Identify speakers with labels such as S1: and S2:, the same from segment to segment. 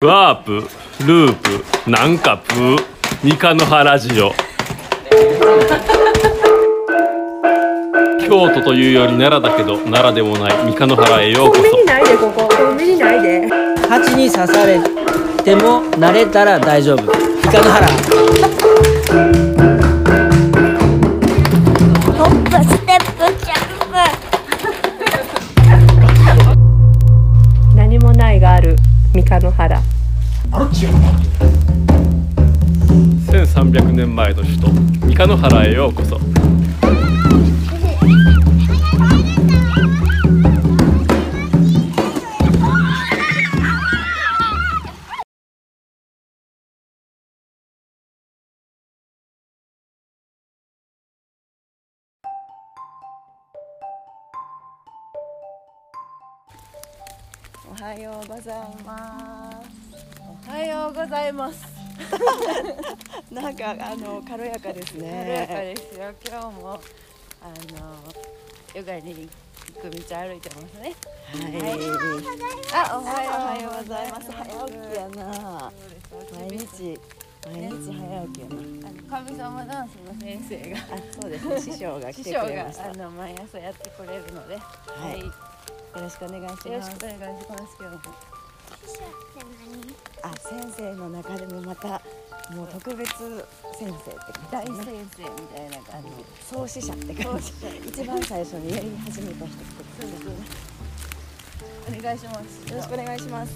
S1: ワープループなんかプー三日の原ラジオ京都というより奈良だけど奈良でもない三日の原へようこ
S2: コンビ
S1: そ
S2: ニないでここコンビニないで
S3: 蜂に刺されても慣れたら大丈夫イカの腹
S4: ホップステップジャンプ
S2: 何もないがある三日の原
S1: 1300年前の首都三日の原へようこそ
S5: おはようございます。おはようございます。
S6: なんかあの軽やかですね。
S5: 軽やかですよ。今日もあのヨガに行く道歩いてますね。
S6: はい。
S5: あ、お
S6: おは
S5: はよ
S6: よ
S5: う
S6: う
S5: ご
S6: ご
S5: ざ
S6: ざ
S5: い
S6: い
S5: ま。
S6: ますす。早起きやな。毎日毎日早起きやな。
S5: あの神様ダンスの先生が
S6: あ、そうですね。師匠が
S5: 師匠
S6: 来てくれ
S5: が
S6: ました。
S5: あ
S6: よ
S5: の毎朝やってくれるので、は、
S6: はいい
S5: よ
S6: ろしくお願いし
S5: ろ
S6: ま
S5: し
S6: す
S5: く。お願いします。今日も
S6: あ、先生の中でもまたもう特別先生って
S5: 大
S6: 感
S5: 先
S6: じね。
S5: 生みたいな
S6: あ
S5: 感
S6: の
S5: じ。
S6: 創始者 って感じ。一番最初にやり始めた人って
S5: そう
S6: 感
S5: ですお願いします。
S6: じ。よろしくお願いします。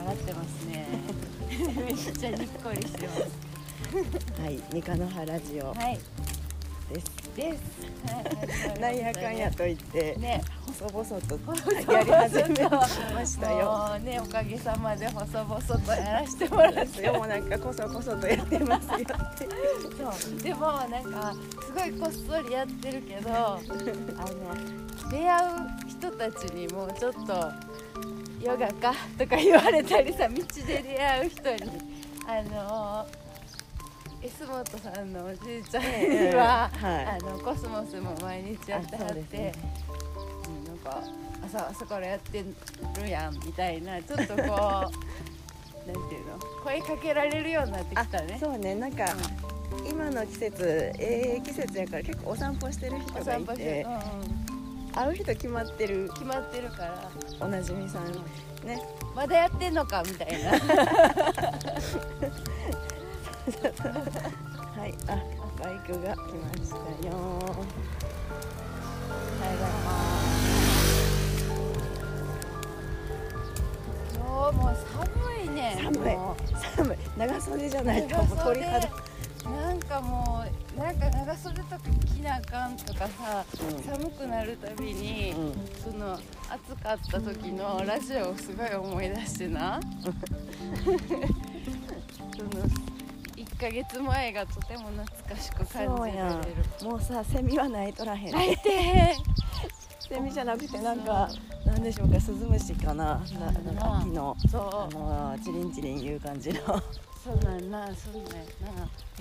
S5: 笑ってますね。めっちゃにっこりしてます。
S6: はい、三河原ラジオ
S5: はい。
S6: です。
S5: です
S6: なんやかんやと言って
S5: ね、
S6: 細々とやり始めましたよ。
S5: もうね、おかげさまで細々とやらせてもらって。
S6: でもなんかこそこそとやってますよ。
S5: そうでもなんかすごいこっそりやってるけど、あの出会う人たちにもうちょっとヨガかとか言われたりさ、道で出会う人にあの。エスモトさんのおじいちゃんには、
S6: えはい
S5: あのコスモスも毎日やってはっ
S6: あそうです
S5: て、
S6: ね
S5: うんなんか朝朝からやってるやんみたいなちょ っとこうなんていうの声かけられるようになってきたね
S6: そうね、なんか、今の季節、ええ季節やから結構お散歩してる
S5: お
S6: 人が
S5: 散
S6: い
S5: 歩して
S6: て
S5: る、うんうん
S6: 会う人決まってる
S5: 決まってるから
S6: おなじみさんね。
S5: まだやってんのかみたいな
S6: はい、あ、バイクが来ましたよ。
S5: 今日も寒いね
S6: 寒い
S5: もう
S6: 寒い、長袖じゃないと
S5: 長
S6: もう
S5: 袖
S6: 鳥肌。
S5: なんかもうなんか長袖とか着なあかんとかさ、
S6: うん
S5: 寒くなるたびに、
S6: うん
S5: その暑かった時のラジオをすごい思い出して なその1ヶ月前がとても懐かしく感
S6: そう
S5: じ
S6: や
S5: ら
S6: ん
S5: れる
S6: もうさ、セミはないとらへん。
S5: 泣いてへん
S6: セミじゃなくて、なんか、なんでしょうか、スズムシかな、ななんか秋の。あ
S5: そう
S6: のチリンチリンいう感じの。
S5: そうなんなそう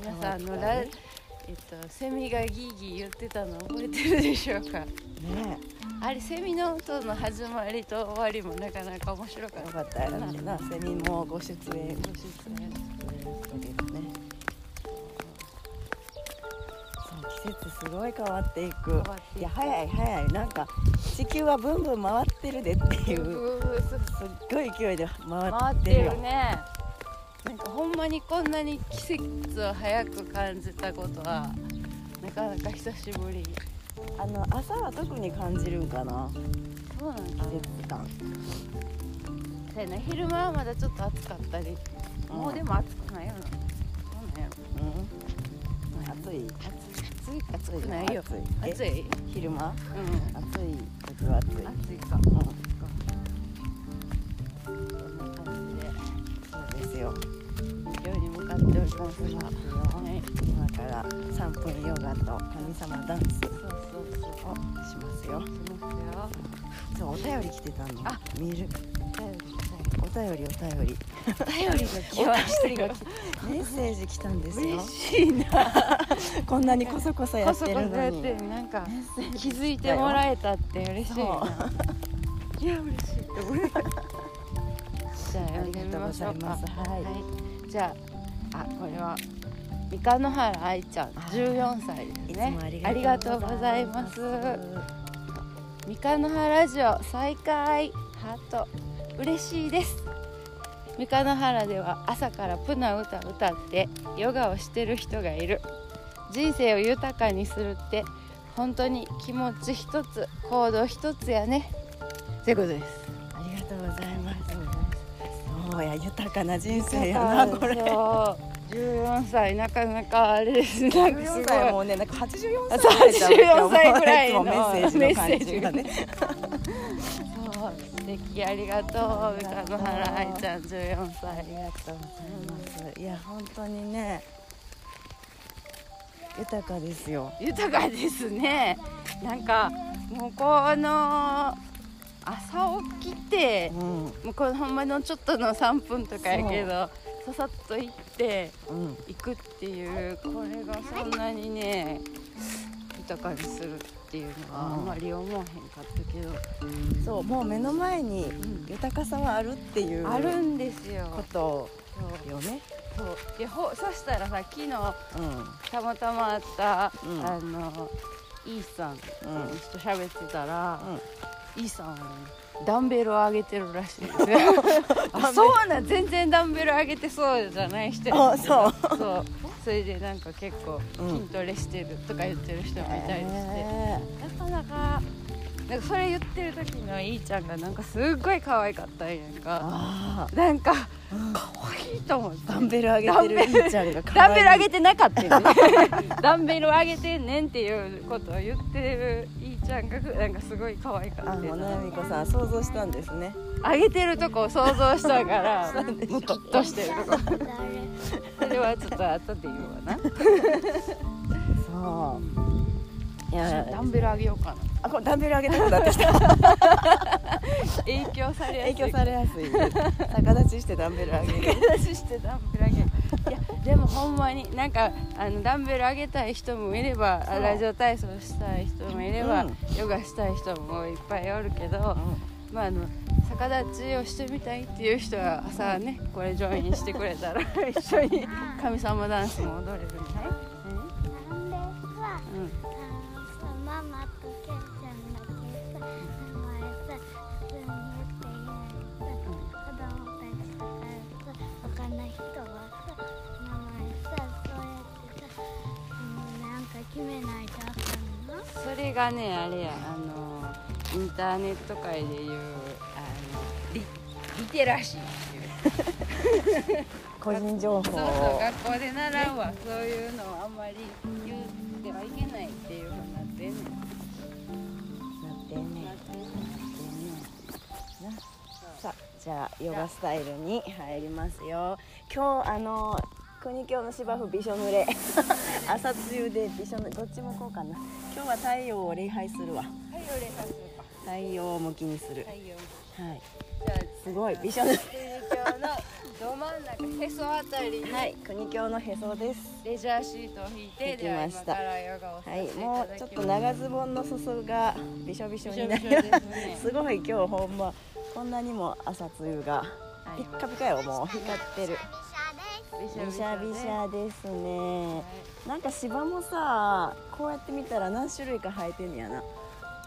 S5: なんな皆さんあのラえっとセミがギーギー言ってたの覚えてるでしょうか
S6: ね
S5: あれセミの音の始まりと終わりもなかなか面白か
S6: え、
S5: っ
S6: よ
S5: た
S6: かったやろな、セミもご出演。
S5: ご出演
S6: ね。そう、季節すごい変わっていく
S5: 変わっていく。
S6: いや、早い早い、なんか地球はブンブン回ってるでっていう。すっごい勢いで回
S5: 回
S6: っ
S5: って
S6: る
S5: て
S6: よ
S5: る。ねなんかほんまにこんなに季節を早く感じたことはなかなか久しぶり
S6: あの朝は特に感じるんかな、
S5: そうなん
S6: 季節感。
S5: だよね昼間はまだちょっと暑かったりもうでも暑くないよなそうなんやろ
S6: うん、暑い。
S5: 暑い暑
S6: 暑
S5: くないよ
S6: 暑い。
S5: 暑
S6: え
S5: い
S6: 昼間、
S5: うん
S6: 暑い時は暑い。
S5: 暑いか
S6: うん
S5: こんな感じで
S6: そうですよ。
S5: 今日に向かっておりますがはい
S6: 今から3分ヨガと神様ダンス
S5: そうそうそう
S6: をしますよ。
S5: しますよ
S6: そうお便り来てたの。
S5: あ
S6: 見る。
S5: 頼り
S6: お便りお便り。
S5: 頼りが来ましたよ
S6: メッセージ来たんですよ
S5: 嬉。しいな
S6: こんなにこそこそや
S5: こ
S6: っ
S5: そ
S6: て
S5: こそ
S6: るの
S5: やっ
S6: に。
S5: てなんか気づいてもらえたって嬉しいないや嬉しいじゃあ
S6: あ
S5: 読ん
S6: り
S5: でみ
S6: がとう
S5: ま
S6: ご
S5: しょう
S6: ざい
S5: か。
S6: ます。はい。
S5: じゃあ、あ、これは。三河野原愛ちゃん、14歳ですね。ありがとうございます。三河野原ラジオ再開、ハート、嬉しいです。三河野原では朝からプナ歌歌ってヨガをしてる人がいる人生を豊かにするって本当に気持ち一つ行動一つやねということです
S6: ありがとうございます。そうや豊かな人生や
S5: な
S6: なん
S5: か
S6: これ。
S5: そう14歳なかなかあれですねなんかすご
S6: 14
S5: い
S6: 歳もうねなんか84
S5: そう
S6: 歳みたいな
S5: 84歳ぐらいの
S6: つもメッセージの感じがね。
S5: そう素敵ありがとう歌の原愛ちゃん14歳
S6: ありがとうございます。いや本当にね豊かですよ。
S5: 豊かですねなんかもうこの朝起きて
S6: うん
S5: もうこのほんまのちょっとの3分とかやけどささっと行って
S6: うん
S5: 行くっていうこれがそんなにね豊かにするっていうのはあんまり思わへんかったけど、
S6: そうもう目の前に
S5: ん
S6: 豊かさはあるっていう
S5: ある
S6: こ
S5: んですよ。
S6: と
S5: そう
S6: よね。
S5: そうでほそしたらさ昨日
S6: うん
S5: たまたま会った、
S6: うん
S5: あのイーさんと
S6: うん
S5: 一緒喋ってたら、イーさんはねダンベルを上げてるらしいん ですよあそうなん全然ダンベル上げてそうじゃない人や
S6: あそう。
S5: そうそれでなんか結構
S6: うん
S5: 筋トレしてるとか言ってる人みたいにして、
S6: え
S5: なかなかなんかそれ言ってる時のいーちゃんがなんかすっごい可愛かったんやんか
S6: ああ
S5: なんか可愛いと思って
S6: ダンベル上げてる
S5: ダ
S6: い
S5: ンベル
S6: ーちゃんが可
S5: ダン
S6: 愛い
S5: ベル上げてなかった よねダンベル上げてんねんっていうことを言ってるいーちゃんがなんかすごい可愛か
S6: あ
S5: った
S6: も
S5: よ
S6: う
S5: な
S6: なみこさん想像したんですね。
S5: 上げてるとこを想像したから ムキッとしてるとこ
S4: 誰
S5: それはちょっと後で言うわな
S6: そう。いや
S5: ダンベル上げようかな
S6: あこれダンベル上げたくなってきた。
S5: 影響されやすい
S6: 影響されやすい。逆立ちしてダンベル上げる。
S5: 話してダンベル上げるいやでもほんまになんかあのダンベル上げたい人もいれば
S6: そう
S5: ラジオ体操したい人もいれば、
S6: うん
S5: ヨガしたい人もいっぱいおるけど、まああの逆立ちをしてみたいっていう人は朝ねこれジョインしてくれたら 一緒に神様ダンスも踊れるんじゃない
S4: なんでさ
S5: うん
S4: あのさママとケンちゃんだけさ名前さ普通に言っていないさ子供たちとかさ他の人はさ名前さそうやってさうんなんか決めないとあかんの
S5: それがねあれやあのインターネット界でいうあのリリテラシーっていう
S6: 個人情報
S5: そうそう
S6: を。
S5: 学校で習うわそういうのをあんまり言ってはいけないっていうふうになってんねん
S6: なってんね
S5: なってんねん
S6: さあじゃあヨガスタイルに入りますよ今日あの国境の芝生びしょ濡れ 朝露でびしょ濡れどっちもこうかな今日は太陽を礼拝する
S5: は
S6: わ
S5: いお礼させて
S6: 太陽を向きにする
S5: くださいよ
S6: はい
S5: じゃあ
S6: すごいびしょ濡れ
S5: 天井のど真ん中へそあたりに
S6: はい国境のへそです
S5: レジャーシートを引いて
S6: 行き
S5: では
S6: ま
S5: 今
S6: した
S5: からヨガをさ
S6: は
S5: せ
S6: い
S5: てい
S6: も
S5: た
S6: う
S5: だき
S6: ち
S5: ま
S6: ょっ
S5: す
S6: と長ズボンの裾がびしょびしょになり
S5: びしょびしょ
S6: ま
S5: ですね
S6: すすごい今日ほんまこんなにも朝露が
S5: はい
S6: ピッカピカよもう光ってる
S5: び
S6: びしゃびし
S5: は
S6: ゃですねなんか芝もさこうやって見たら何種類か生えてんねやな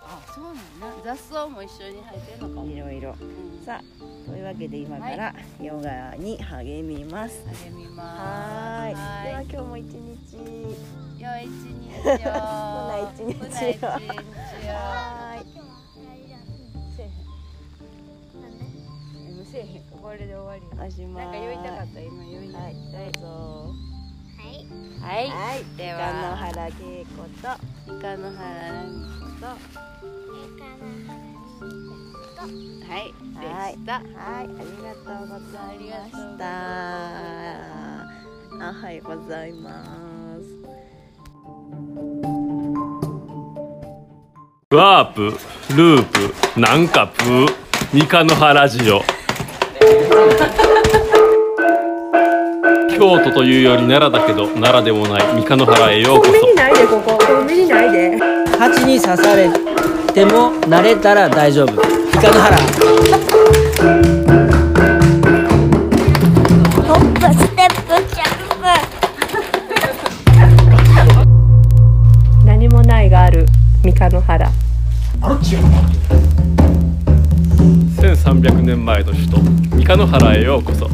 S5: あそうなんだ雑草も一緒に生えてんのかも
S6: いろいろ
S5: うん
S6: さあというわけで今からヨガに励みます
S5: 励みま
S6: はー
S5: す
S6: いでは今日も一日
S5: 良い一日を。
S6: 不
S5: 不
S6: な一日を
S5: な一日を。
S6: はーい
S5: せえへ
S4: なんで
S5: ん。もうせえへん。これで終わりよ。
S6: おしま
S5: なん
S6: い
S5: か言いたかった今言いたか
S6: はいどうぞ
S4: はい
S5: った。はい
S6: はい
S5: で
S6: では野
S5: は
S6: 原恵子と
S5: 三河の原奈美子と
S4: 上から花に
S5: はいで
S6: はい
S5: した。
S6: はいありがとうございまし
S5: あ
S6: たおはようございます
S1: ワープループなんかプー三河の原ラジオ京都というより奈良だけど奈良でもない三河の原へようこそ
S2: コンビニないでここコンビニないで
S3: 蜂に刺されても慣れたら大丈夫イカの原
S2: がある三日野原
S1: 1300年前の首都三日野原へようこそ